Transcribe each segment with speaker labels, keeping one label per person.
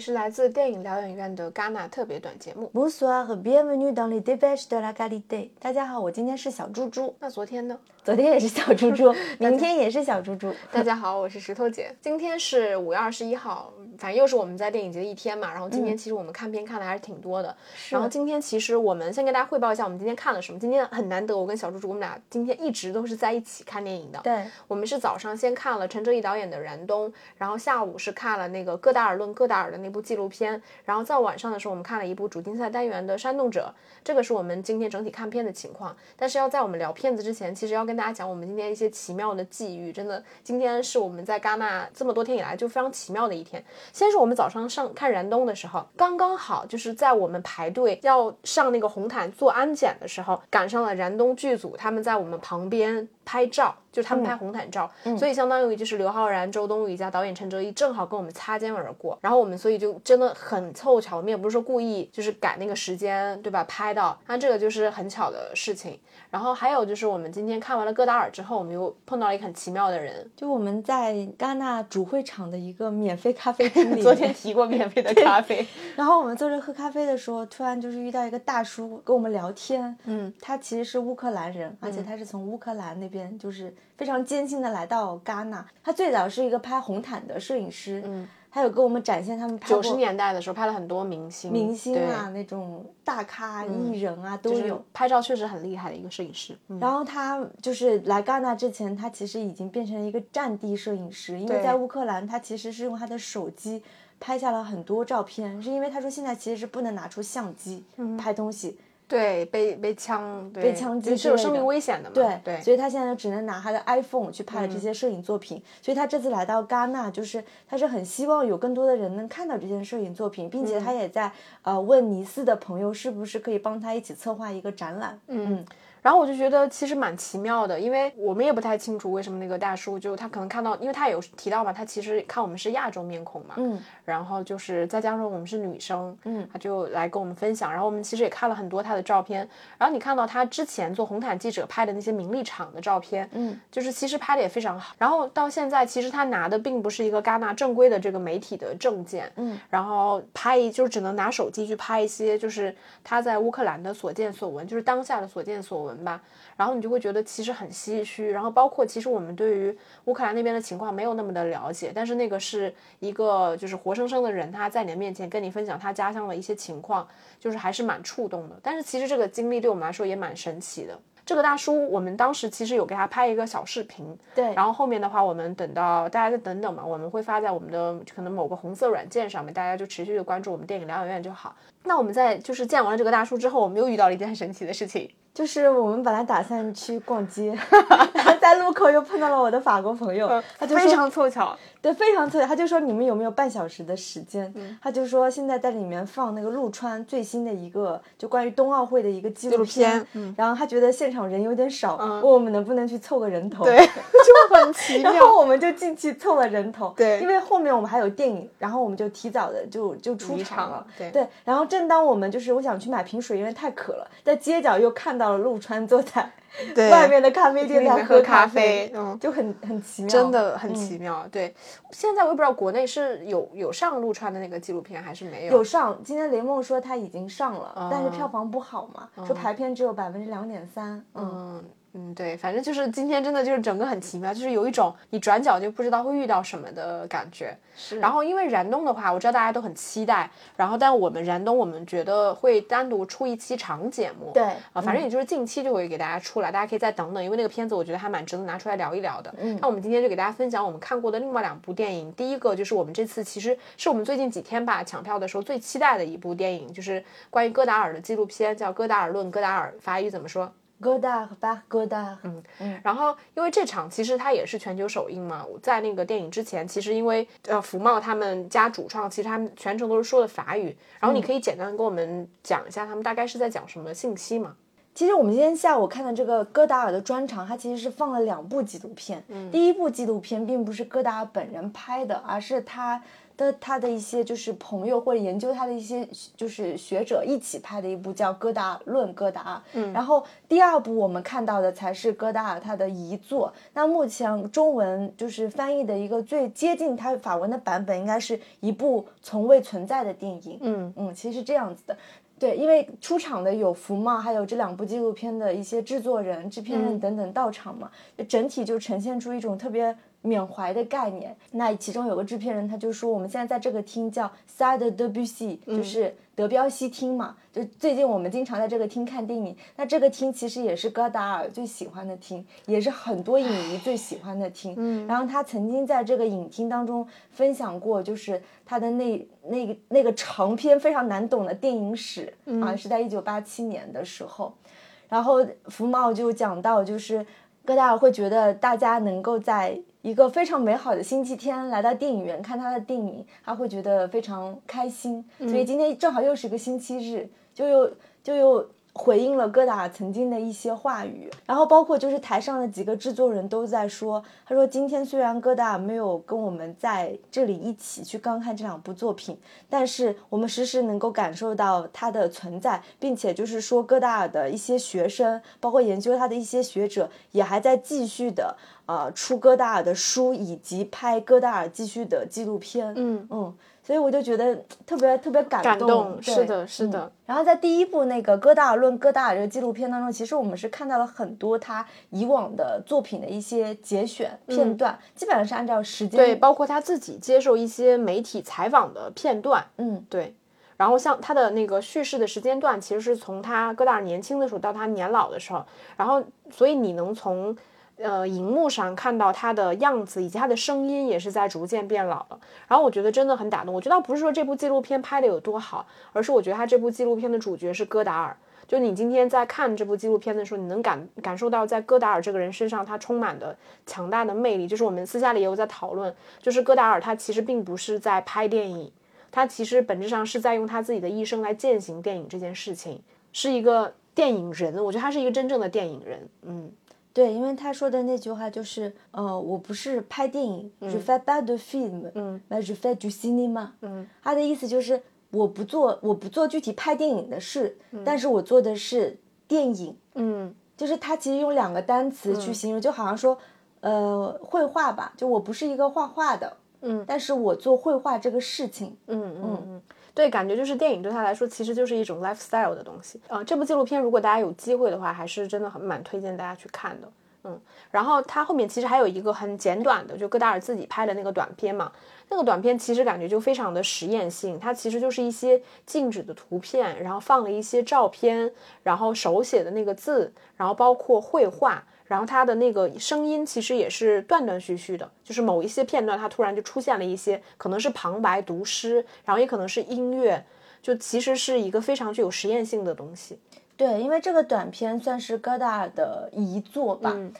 Speaker 1: 是来自电影疗养院的戛纳特别短节目。
Speaker 2: Bonsoir, bienvenue dans les débats de la qualité。大家好，我今天是小猪猪，
Speaker 1: 那昨天呢？
Speaker 2: 昨天也是小猪 猪，明天也是小猪猪。
Speaker 1: 大家好，我是石头姐。今天是五月二十一号，反正又是我们在电影节的一天嘛。然后今天其实我们看片看的还嗯是挺多的。然后今天其实我们先给大家汇报一下我们今天看了什么。今天很难得，我跟小猪猪我们俩今天一直都是在一起看电影的。
Speaker 2: 对，
Speaker 1: 我们是早上先看了陈哲艺导演的《燃冬》，然后下午是看了那个戈达尔论戈达尔的那部纪录片，然后在晚上的时候我们看了一部主竞赛单元的《煽动者》，这个是我们今天整体看片的情况。但是要在我们聊片子之前，其实要跟大家讲我们今天一些奇妙的际遇，真的，今天是我们在戛纳这么多天以来就非常奇妙的一天。先是我们早上上看《燃冬》的时候，刚刚好就是在我们排队要上那个红毯做安检的时候，赶上了《燃冬》剧组，他们在我们旁边拍照，就是他
Speaker 2: 嗯
Speaker 1: 们拍红毯照，所以相当于就是刘昊然、周冬雨加导演陈哲艺正好跟我们擦肩而过，然后我们所以就真的很凑巧，我们也不是说故意就是赶那个时间，对吧？拍到，那这个就是很巧的事情。然后还有就是我们今天看完了戈达尔之后，我们又碰到了一个很奇妙的 人，
Speaker 2: 就我们在戛纳主会场的一个免费咖啡厅里面，
Speaker 1: 昨天提过免费的咖啡，
Speaker 2: 然后我们坐着喝咖啡的时候，突然就是遇到一个大叔跟我们聊天。
Speaker 1: 嗯，
Speaker 2: 他其实是乌克兰人，而且他是从乌克兰那边就是非常艰辛的来到戛纳。他最早是一个拍红毯的摄影师，
Speaker 1: 嗯，
Speaker 2: 他有给我们展现他们拍
Speaker 1: 九十
Speaker 2: 过
Speaker 1: 年代的时候拍了很多明星，
Speaker 2: 明星
Speaker 1: 对嗯
Speaker 2: 啊，那种大咖、艺人啊都
Speaker 1: 就
Speaker 2: 有。
Speaker 1: 是拍照确实很厉害的一个摄影师。嗯，
Speaker 2: 然后他就是来戛纳之前，他其实已经变成一个战地摄影师，因为
Speaker 1: 对
Speaker 2: 在乌克兰，他其实是用他的手机拍下了很多照片，是因为他说现在其实是不能拿出相机
Speaker 1: 嗯
Speaker 2: 拍东西，
Speaker 1: 对，被被枪被
Speaker 2: 被枪击
Speaker 1: 是有
Speaker 2: 之类
Speaker 1: 生命
Speaker 2: 的
Speaker 1: 危险的嘛？
Speaker 2: 对
Speaker 1: 对，嗯
Speaker 2: 所以他现在就只能拿他的 iPhone 去拍了这些摄影作品。所以他这次来到戛纳，就是他是很希望有更多的人能看到这些摄影作品，并
Speaker 1: 嗯
Speaker 2: 且他也在、呃问尼斯的朋友是不是可以帮他一起策划一个展览。嗯，
Speaker 1: 然后我就觉得其实蛮奇妙的，因为我们也不太清楚为什么那个大叔就他可能看到，因为他也有提到嘛，他其实看我们是亚洲面孔嘛，
Speaker 2: 嗯，
Speaker 1: 然后就是再加上我们是女生，
Speaker 2: 嗯，
Speaker 1: 他就来跟我们分享，然后我们其实也看了很多他的照片，然后你看到他之前做红毯记者拍的那些名利场的照片，
Speaker 2: 嗯，
Speaker 1: 就是其实拍的也非常好，然后到现在其实他拿的并不是一个戛纳正规的这个媒体的证件，
Speaker 2: 嗯，
Speaker 1: 然后拍一就只能拿手机去拍一些就是他在乌克兰的所见所闻，就是当下的所见所闻吧，然后你就会觉得其实很唏嘘。然后包括其实我们对于乌克兰那边的情况没有那么的了解，但是那个是一个就是活生生的人，他在你的面前跟你分享他家乡的一些情况，就是还是蛮触动的。但是其实这个经历对我们来说也蛮神奇的。这个大叔，我们当时其实有给他拍一个小视频，
Speaker 2: 对，
Speaker 1: 然后后面的话，我们等到大家再等等嘛，我们会发在我们的可能某个红色软件上面，大家就持续的关注我们电影疗养院就好。那我们在就是见完了这个大叔之后，我们又遇到了一件很神奇的事 情，
Speaker 2: 就是我们本来打算去逛街， 在路口又碰到了我的法国朋友，他就
Speaker 1: 呃嗯非
Speaker 2: 说
Speaker 1: 常凑巧，
Speaker 2: 对非常特，他就说你们有没有半小时的时间？
Speaker 1: 嗯
Speaker 2: 他就说现在在里面放那个陆川最新的一个就关于冬奥会的一个纪录
Speaker 1: 纪录片
Speaker 2: 然后他觉得现场人有点少，
Speaker 1: 嗯
Speaker 2: 问我们能不能去凑个人 头。
Speaker 1: 对， 就很奇
Speaker 2: 然
Speaker 1: 妙。
Speaker 2: 后我们就进去凑了人头，
Speaker 1: 对
Speaker 2: 因为后面我们还有电影，然后我们就提早的就就出
Speaker 1: 离场
Speaker 2: 场了
Speaker 1: 了，对
Speaker 2: 然后正当我们就是我想去买瓶水，因为太渴了，在街角又看到了陆川坐在
Speaker 1: 对
Speaker 2: 外面的咖啡店
Speaker 1: 里
Speaker 2: 在
Speaker 1: 面喝咖
Speaker 2: 咖
Speaker 1: 啡嗯
Speaker 2: 就很很奇妙，嗯
Speaker 1: 真。的很奇妙，对。现在我也不知道国内是有有上陆川的那个纪录片还是没有。
Speaker 2: 有上，今天雷梦说他已经上了，
Speaker 1: 嗯
Speaker 2: 但是票房不好嘛，说排片只有百分之两点三，嗯，
Speaker 1: 嗯嗯，对，反正就是今天真的就是整个很奇妙，就是有一种你转角就不知道会遇到什么的感觉。
Speaker 2: 是
Speaker 1: 然后因为燃冬的话，我知道大家都很期待，然后但我们燃冬我们觉得会单独出一期长节目。
Speaker 2: 对嗯
Speaker 1: 啊，反正也就是近期就会给大家出来，大家可以再等等，因为那个片子我觉得还蛮值得拿出来聊一聊的。嗯，那我们今天就给大家分享我们看过的另外两部电影，第一个就是我们这次其实是我们最近几天吧抢票的时候最期待的一部电影，就是关于戈达尔的纪录片，叫《戈达尔论》，戈达尔法语怎么说？
Speaker 2: 戈达和巴戈达，嗯，
Speaker 1: 然后，因为这场其实它也是全球首映嘛，我在那个电影之前，其实因为呃福茂他们家主创，其实他们全程都是说的法语。然后你可以简单跟我们讲一下他们大概是在讲什么信息嘛？
Speaker 2: 其实我们今天下午看的这个戈达尔的专场，它其实是放了两部纪录片。嗯，第一部纪录片并不是戈达尔本人拍的，而是他的他的一些就是朋友或者研究他的一些就是学者一起拍的一部叫《戈达尔论戈达尔》。嗯，然后第二部我们看到的才是戈达尔他的遗作。那目前中文就是翻译的一个最接近他法文的版本，应该是一部从未存在的电影。
Speaker 1: 嗯
Speaker 2: 嗯，其实是这样子的。对，因为出场的有福茂，还有这两部纪录片的一些制作人、制片人等等到场嘛，就整体就呈现出一种特别缅怀的概念。那其中有个制片人，他就说我们现在在这个厅叫 Side Debussy，就是德彪西厅嘛。就最近我们经常在这个厅看电影，那这个厅其实也是戈达尔最喜欢的厅，也是很多影迷最喜欢的厅。然后他曾经在这个影厅当中分享过，就是他的那那个那个长篇非常难懂的电影史、啊，是在一九八七年的时候。然后福茂就讲到，就是戈达尔会觉得大家能够在一个非常美好的星期天来到电影院看他的电影，他会觉得非常开心。所以今天正好又是一个星期日，就又就又回应了戈达尔曾经的一些话语，然后包括就是台上的几个制作人都在说，他说今天虽然戈达尔没有跟我们在这里一起去观看这两部作品，但是我们时时能够感受到他的存在，并且就是说戈达尔的一些学生，包括研究他的一些学者，也还在继续的呃出戈达尔的书以及拍戈达尔继续的纪录片，
Speaker 1: 嗯
Speaker 2: 嗯，所以我就觉得特别特别感
Speaker 1: 感
Speaker 2: 动，
Speaker 1: 动，
Speaker 2: 对
Speaker 1: 是的，是的，
Speaker 2: 然后在第一部那个《戈达尔论戈达尔》这个纪录片当中，其实我们是看到了很多他以往的作品的一些节选片段，基本上是按照时间
Speaker 1: 嗯对，包括他自己接受一些媒体采访的片段，
Speaker 2: 嗯
Speaker 1: 对。然后像他的那个叙事的时间段，其实是从他戈达尔年轻的时候到他年老的时候，然后所以你能从呃荧幕上看到他的样子，以及他的声音也是在逐渐变老了。然后我觉得真的很打动。我觉得倒不是说这部纪录片拍的有多好，而是我觉得他这部纪录片的主角是戈达尔。就你今天在看这部纪录片的时候，你能感感受到在戈达尔这个人身上，他充满的强大的魅力。就是我们私下里也有在讨论，就是戈达尔他其实并不是在拍电影，他其实本质上是在用他自己的一生来践行电影这件事情，是一个电影人。我觉得他是一个真正的电影人。嗯
Speaker 2: 对，因为他说的那句话就是，呃，我不是拍电影、j e fais pas de film，
Speaker 1: 嗯
Speaker 2: 那 je fais du cinéma，
Speaker 1: 嗯，
Speaker 2: 他的意思就是我不做我不做具体拍电影的事，但是我做的是电影，
Speaker 1: 嗯
Speaker 2: 就是他其实用两个单词去形容，就好像说，呃，绘画吧，就我不是一个画画的，
Speaker 1: 嗯
Speaker 2: 但是我做绘画这个事情，
Speaker 1: 嗯嗯嗯，对，感觉就是电影对他来说其实就是一种 lifestyle 的东西。呃，这部纪录片如果大家有机会的话，还是真的很蛮推荐大家去看的。嗯，然后他后面其实还有一个很简短的，就戈达尔自己拍的那个短片嘛。那个短片其实感觉就非常的实验性，它其实就是一些静止的图片，然后放了一些照片，然后手写的那个字，然后包括绘画，然后它的那个声音其实也是断断续续的，就是某一些片段它突然就出现了一些，可能是旁白读诗，然后也可能是音乐，就其实是一个非常具有实验性的东西。
Speaker 2: 对，因为这个短片算是戈达尔的遗作吧。嗯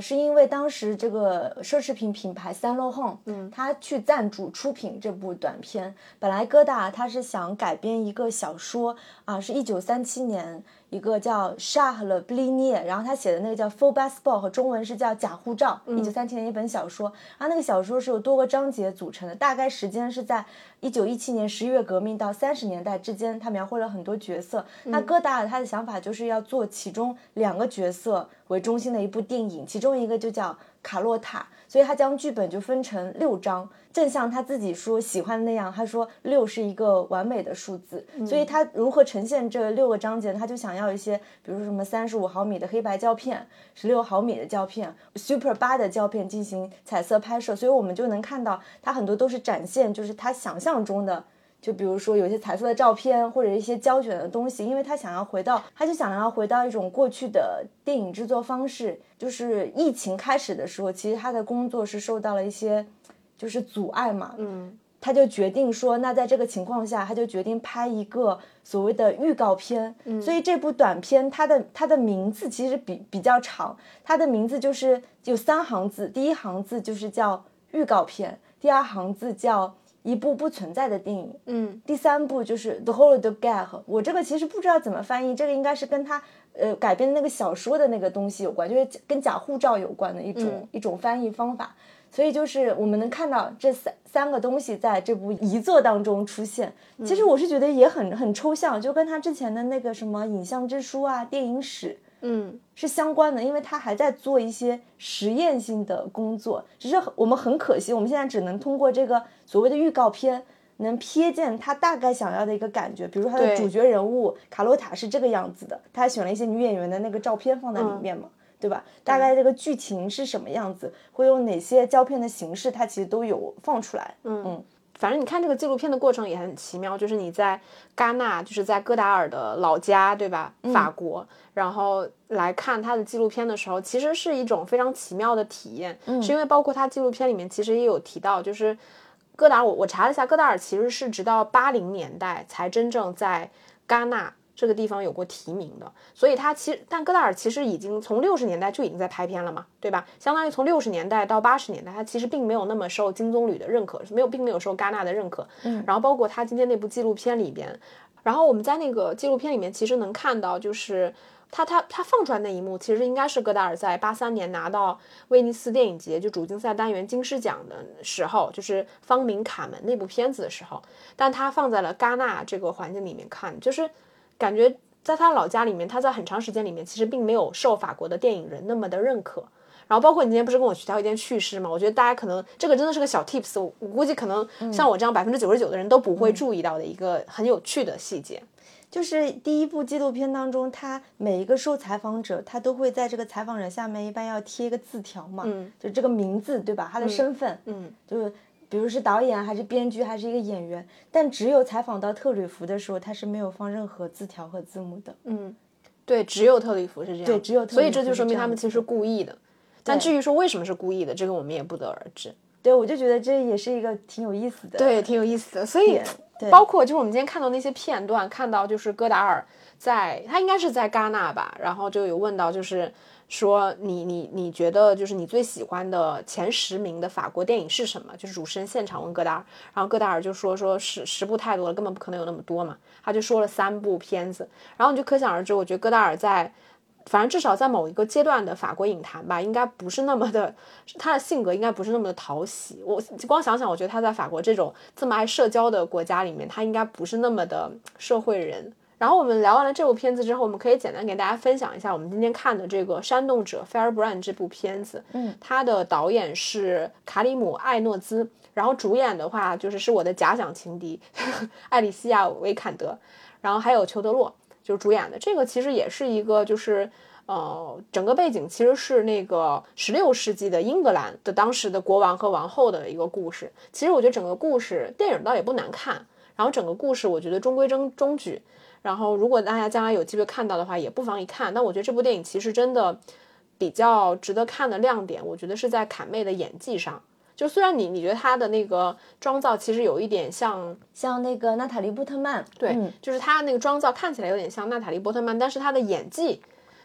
Speaker 2: 是因为当时这个奢侈品品牌 Saint Laurent，嗯，他去赞助出品这部短片。本来戈达尔他是想改编一个小说啊，是一九三七年一个叫 Charles Le b l i n i e 然后他写的那个叫《Full Passport》，和中文是叫《假护照》，一九三七年一本小说。然后那个小说是由多个章节组成的，大概时间是在一九一七年十一月革命到三十年代之间，他描绘了很多角色。那戈达尔他的想法就是要做其中两个角色为中心的一部电影，其中一个就叫卡洛塔，所以他将剧本就分成六章，正像他自己说喜欢的那样，他说六是一个完美的数字，所以他如何呈现这六个章节，他就想要一些，比如说什么三十五毫米的黑白胶片，十六毫米的胶片，Super 八的胶片进行彩色拍摄，所以我们就能看到他很多都是展现就是他想象中的。就比如说有一些彩色的照片或者一些胶卷的东西，因为他想要回到，他就想要回到一种过去的电影制作方式。就是疫情开始的时候，其实他的工作是受到了一些就是阻碍嘛，
Speaker 1: 嗯
Speaker 2: 他就决定说，那在这个情况下，他就决定拍一个所谓的预告片。所以这部短片，它的它的名字其实比比较长，它的名字就是有三行字，第一行字就是叫预告片，第二行字叫一部不存在的电影。
Speaker 1: 嗯，
Speaker 2: 第三部就是《The Hole de g a r 我这个其实不知道怎么翻译，这个应该是跟他呃改编的那个小说的那个东西有关，就是跟假护照有关的一种、
Speaker 1: 嗯
Speaker 2: 一种翻译方法。所以就是我们能看到这三三个东西在这部遗作当中出现。其实我是觉得也很很抽象，就跟他之前的那个什么《影像之书》啊、电影史
Speaker 1: 嗯
Speaker 2: 是相关的，因为他还在做一些实验性的工作。只是我们很可惜，我们现在只能通过这个所谓的预告片，能瞥见他大概想要的一个感觉。比如说他的
Speaker 1: 对
Speaker 2: 主角人物卡洛塔是这个样子的，他还选了一些女演员的那个照片放在里面嘛。对吧？大概这个剧情是什么样子，会用哪些胶片的形式，它其实都有放出来。
Speaker 1: 嗯，反正你看这个纪录片的过程也很奇妙，就是你在戛纳，就是在戈达尔的老家，对吧？法国，然后来看他的纪录片的时候，其实是一种非常奇妙的体验，是因为包括他纪录片里面其实也有提到，就是戈达尔，我我查了一下，戈达尔其实是直到八零年代才真正在戛纳。这个地方有过提名的，所以他其实，但戈达尔其实已经从六十年代就已经在拍片了嘛，对吧？相当于从六十年代到八十年代，他其实并没有那么受金棕榈的认可，没有并没有受戛纳的认可。嗯，然后包括他今天那部纪录片里边，然后我们在那个纪录片里面其实能看到，就是他他他放出来那一幕，其实应该是戈达尔在八三年拿到威尼斯电影节就主竞赛单元金狮奖的时候，就是《芳名卡门》那部片子的时候，但他放在了戛纳这个环境里面看，就是感觉在他老家里面，他在很长时间里面其实并没有受法国的电影人那么的认可。然后包括你今天不是跟我提到一件趣事吗？我觉得大家可能这个真的是个小 tips，我我估计可能像我这样百分之九十九的人都不会注意到的一个很有趣的细节。
Speaker 2: 就是第一部纪录片当中，他每一个受采访者，他都会在这个采访者下面一般要贴一个字条嘛，
Speaker 1: 嗯
Speaker 2: 就这个名字对吧？他的身份，
Speaker 1: 嗯
Speaker 2: 就是比如是导演还是编剧还是一个演员，但只有采访到特吕弗的时候，他是没有放任何字条和字幕的。
Speaker 1: 嗯，对，只有特里弗是这样，
Speaker 2: 对只有特
Speaker 1: 所以
Speaker 2: 里
Speaker 1: 这
Speaker 2: 弗
Speaker 1: 就是说
Speaker 2: 这
Speaker 1: 明他
Speaker 2: 样
Speaker 1: 们
Speaker 2: 子
Speaker 1: 其实是故意的。但至于说为什么是故意的，这个我们也不得而知。
Speaker 2: 对，我就觉得这也是一个挺有意思的。
Speaker 1: 对，挺有意思的。所以
Speaker 2: 点，对
Speaker 1: 包括就是我们今天看到那些片段，看到就是戈达尔在他应该是在戛纳吧，然后就有问到就是说你你你觉得就是你最喜欢的前十名的法国电影是什么？就是主持人现场问戈达尔，然后戈达尔就说说十十部太多了，根本不可能有那么多嘛，他就说了三部片子，然后你就可想而知，我觉得戈达尔在。反正至少在某一个阶段的法国影坛吧，应该不是那么的，他的性格应该不是那么的讨喜。我光想想，我觉得他在法国这种这么爱社交的国家里面，他应该不是那么的社会人。然后我们聊完了这部片子之后，我们可以简单给大家分享一下我们今天看的这个《煽动者 （Firebrand）》这部片子。
Speaker 2: 嗯，
Speaker 1: 它的导演是卡里姆·艾诺兹，然后主演的话就是是我的假想情敌 艾里西亚·维坎德，然后还有裘德洛。就是主演的。这个其实也是一个，就是呃，整个背景其实是那个十六世纪的英格兰的当时的国王和王后的一个故事。其实我觉得整个故事电影倒也不难看，然后整个故事我觉得中规中中矩。然后如果大家将来有机会看到的话，也不妨一看。但我觉得这部电影其实真的比较值得看的亮点，我觉得是在侃妹的演技上。就虽然你你觉得她的那个妆造其实有一点像
Speaker 2: 像那个娜塔莉·波特曼，
Speaker 1: 对，
Speaker 2: 嗯
Speaker 1: 就是她那个妆造看起来有点像娜塔莉波特曼，但是她的演技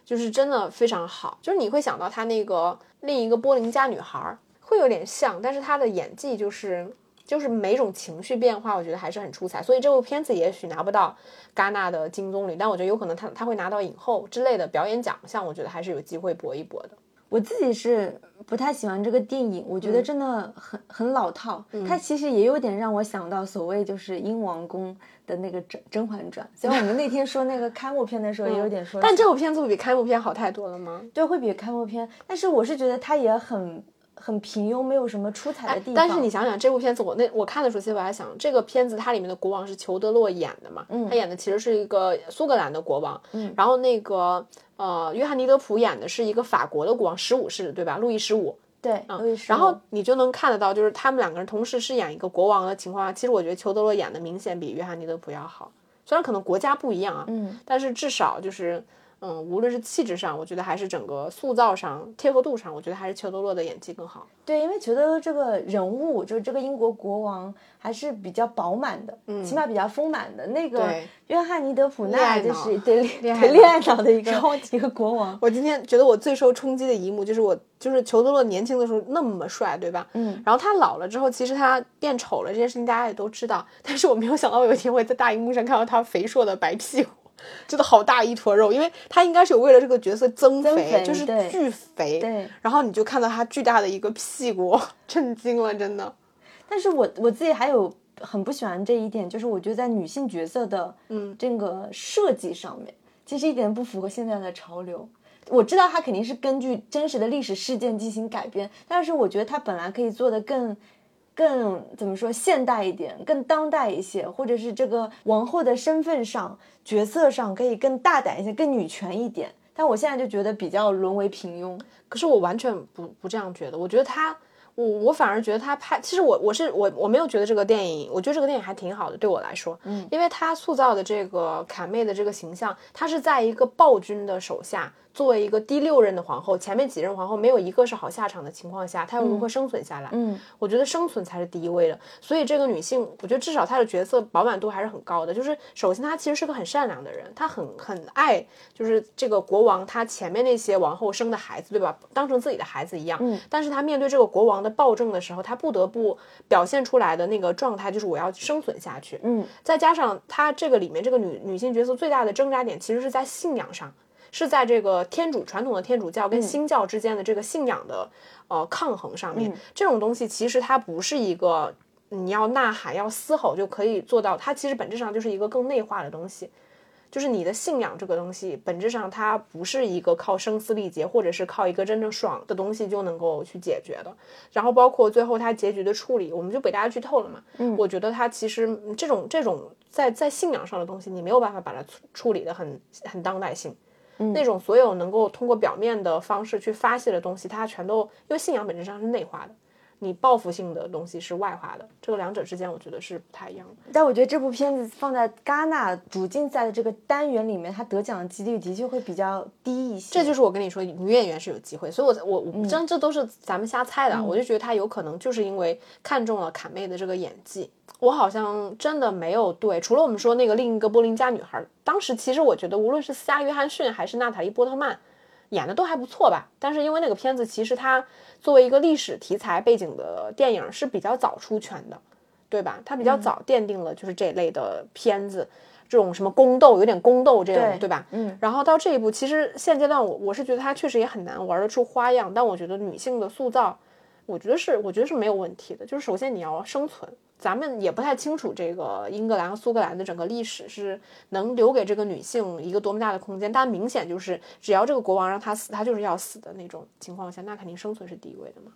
Speaker 1: 就是真的非常好，就是你会想到她那个另一个波林加女孩儿会有点像，但是她的演技就是就是每种情绪变化，我觉得还是很出彩。所以这部片子也许拿不到戛纳的金棕榈，但我觉得有可能她她会拿到影后之类的表演奖项，我觉得还是有机会搏一搏的。
Speaker 2: 我自己是不太喜欢这个电影，我觉
Speaker 1: 嗯
Speaker 2: 得真的很、很老套。它其实也有点让我想到所谓就是英王宫的那个甄《甄嬛传》，虽然我们那天说那个开幕片 的时候也有点说，
Speaker 1: 嗯但这部片子会比开幕片好太多了吗？
Speaker 2: 对会比开幕片，但是我是觉得它也很很平庸，没有什么出彩的地
Speaker 1: 哎
Speaker 2: 方。
Speaker 1: 但是你想想这部片子，我那我看的时候，其实我还想，这个片子它里面的国王是裘德洛演的嘛，
Speaker 2: 嗯
Speaker 1: 他演的其实是一个苏格兰的国王，然后那个呃，约翰尼德普演的是一个法国的国王，十五世对吧？路易十五，
Speaker 2: 对，路易
Speaker 1: 嗯
Speaker 2: 十
Speaker 1: 然后
Speaker 2: 五
Speaker 1: 你就能看得到，就是他们两个人同时饰演一个国王的情况下，其实我觉得裘德洛演的明显比约翰尼德普要好，虽然可能国家不一样啊，
Speaker 2: 嗯，
Speaker 1: 但是至少就是嗯，无论是气质上，我觉得还是整个塑造上、贴合度上，我觉得还是裘德洛的演技更好。
Speaker 2: 对，因为觉得这个人物，就是这个英国国王，还是比较饱满的，嗯、起码比较丰满的。那个
Speaker 1: 对
Speaker 2: 约翰尼·德普
Speaker 1: 恋
Speaker 2: 纳
Speaker 1: 爱脑
Speaker 2: 就是对
Speaker 1: 恋爱
Speaker 2: 对
Speaker 1: 脑
Speaker 2: 恋爱脑的一个一个国王。
Speaker 1: 我今天觉得我最受冲击的一幕就是我，就是裘德洛年轻的时候那么帅，对吧？
Speaker 2: 嗯，
Speaker 1: 然后他老了之后，其实他变丑了这件事情大家也都知道，但是我没有想到有一天会在大荧幕上看到他肥硕的白屁股，真的好大一坨肉，因为他应该是有为了这个角色增肥，
Speaker 2: 增肥
Speaker 1: 就是
Speaker 2: 对
Speaker 1: 巨肥。
Speaker 2: 对，
Speaker 1: 然后你就看到他巨大的一个屁股， 震惊了，真的。
Speaker 2: 但是我我自己还有很不喜欢这一点，就是我觉得在女性角色的
Speaker 1: 嗯
Speaker 2: 这个设计上面，其实一点不符合现在的潮流。我知道它肯定是根据真实的历史事件进行改编，但是我觉得它本来可以做的更。更怎么说现代一点，更当代一些，或者是这个王后的身份上、角色上可以更大胆一些、更女权一点。但我现在就觉得比较沦为平庸。
Speaker 1: 可是我完全不不这样觉得，我觉得他，我我反而觉得他拍，其实我我是我我没有觉得这个电影，我觉得这个电影还挺好的，对我来说，嗯，因为他塑造的这个卡妹的这个形象，她是在一个暴君的手下，作为一个第六任的皇后，前面几任皇后没有一个是好下场的情况下，她又如何生存下来？
Speaker 2: 嗯，
Speaker 1: 我觉得生存才是第一位的，所以这个女性，我觉得至少她的角色饱满度还是很高的。就是首先，她其实是个很善良的人，她很很爱，就是这个国王他前面那些王后生的孩子，对吧？当成自己的孩子一样。
Speaker 2: 嗯。
Speaker 1: 但是她面对这个国王的暴政的时候，她不得不表现出来的那个状态就是我要生存下去。
Speaker 2: 嗯，
Speaker 1: 再加上她这个里面这个女女性角色最大的挣扎点，其实是在信仰上，是在这个天主传统的天主教跟新教之间的这个信仰的、呃抗衡上面。这种东西其实它不是一个你要呐喊要嘶吼就可以做到，它其实本质上就是一个更内化的东西。就是你的信仰这个东西，本质上它不是一个靠声嘶力竭，或者是靠一个真正爽的东西就能够去解决的。然后包括最后它结局的处理，我们就给大家剧透了嘛。嗯，我觉得它其实嗯这种这种在在信仰上的东西，你没有办法把它处处理的很很当代性。那种所有能够通过表面的方式去发泄的东西，它全都因为信仰本质上是内化的，你报复性的东西是外化的，这个两者之间我觉得是不太一样的。
Speaker 2: 但我觉得这部片子放在戛纳主竞赛的这个单元里面，它得奖的几率的确会比较低一些。
Speaker 1: 这就是我跟你说，女演员是有机会，所以我我我真这都是咱们瞎猜的啊，我就觉得她有可能就是因为看中了卡妹的这个演技，我好像真的没有对，除了我们说那个另一个柏林家女孩，当时其实我觉得无论是斯嘉约翰逊还是娜塔莉波特曼。演的都还不错吧，但是因为那个片子其实它作为一个历史题材背景的电影是比较早出圈的，对吧？它比
Speaker 2: 嗯
Speaker 1: 较早奠定了就是这类的片子，这种什么宫斗，有点宫斗这种，
Speaker 2: 对
Speaker 1: 对吧？
Speaker 2: 嗯，
Speaker 1: 然后到这一步，其实现阶段我我是觉得他确实也很难玩得出花样，但我觉得女性的塑造，我觉得是我觉得是没有问题的。就是首先你要生存，咱们也不太清楚这个英格兰、和苏格兰的整个历史是能留给这个女性一个多么大的空间，但明显就是只要这个国王让她死，她就是要死的那种情况下，那肯定生存是第一位的嘛。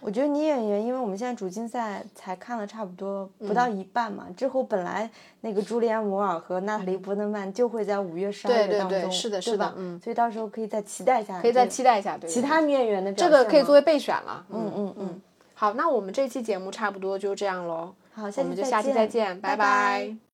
Speaker 2: 我觉得女演员，因为我们现在主竞赛才看了差不多
Speaker 1: 嗯
Speaker 2: 不到一半嘛，之后本来那个朱莉安·摩尔和娜塔莉·波特曼就会在五月十二
Speaker 1: 嗯对
Speaker 2: 月
Speaker 1: 对
Speaker 2: 当
Speaker 1: 对
Speaker 2: 中，
Speaker 1: 是的
Speaker 2: 对
Speaker 1: 是的
Speaker 2: 吧
Speaker 1: 嗯
Speaker 2: 所以到时候可以再期待一下，
Speaker 1: 可以再期待一下，对
Speaker 2: 其他女演员的表
Speaker 1: 这
Speaker 2: 现吗
Speaker 1: 个可以作为备选了。
Speaker 2: 嗯嗯嗯，
Speaker 1: 好，那我们这期节目差不多就这样喽，
Speaker 2: 好，下
Speaker 1: 我
Speaker 2: 期
Speaker 1: 们就下期再见，拜
Speaker 2: 拜
Speaker 1: 拜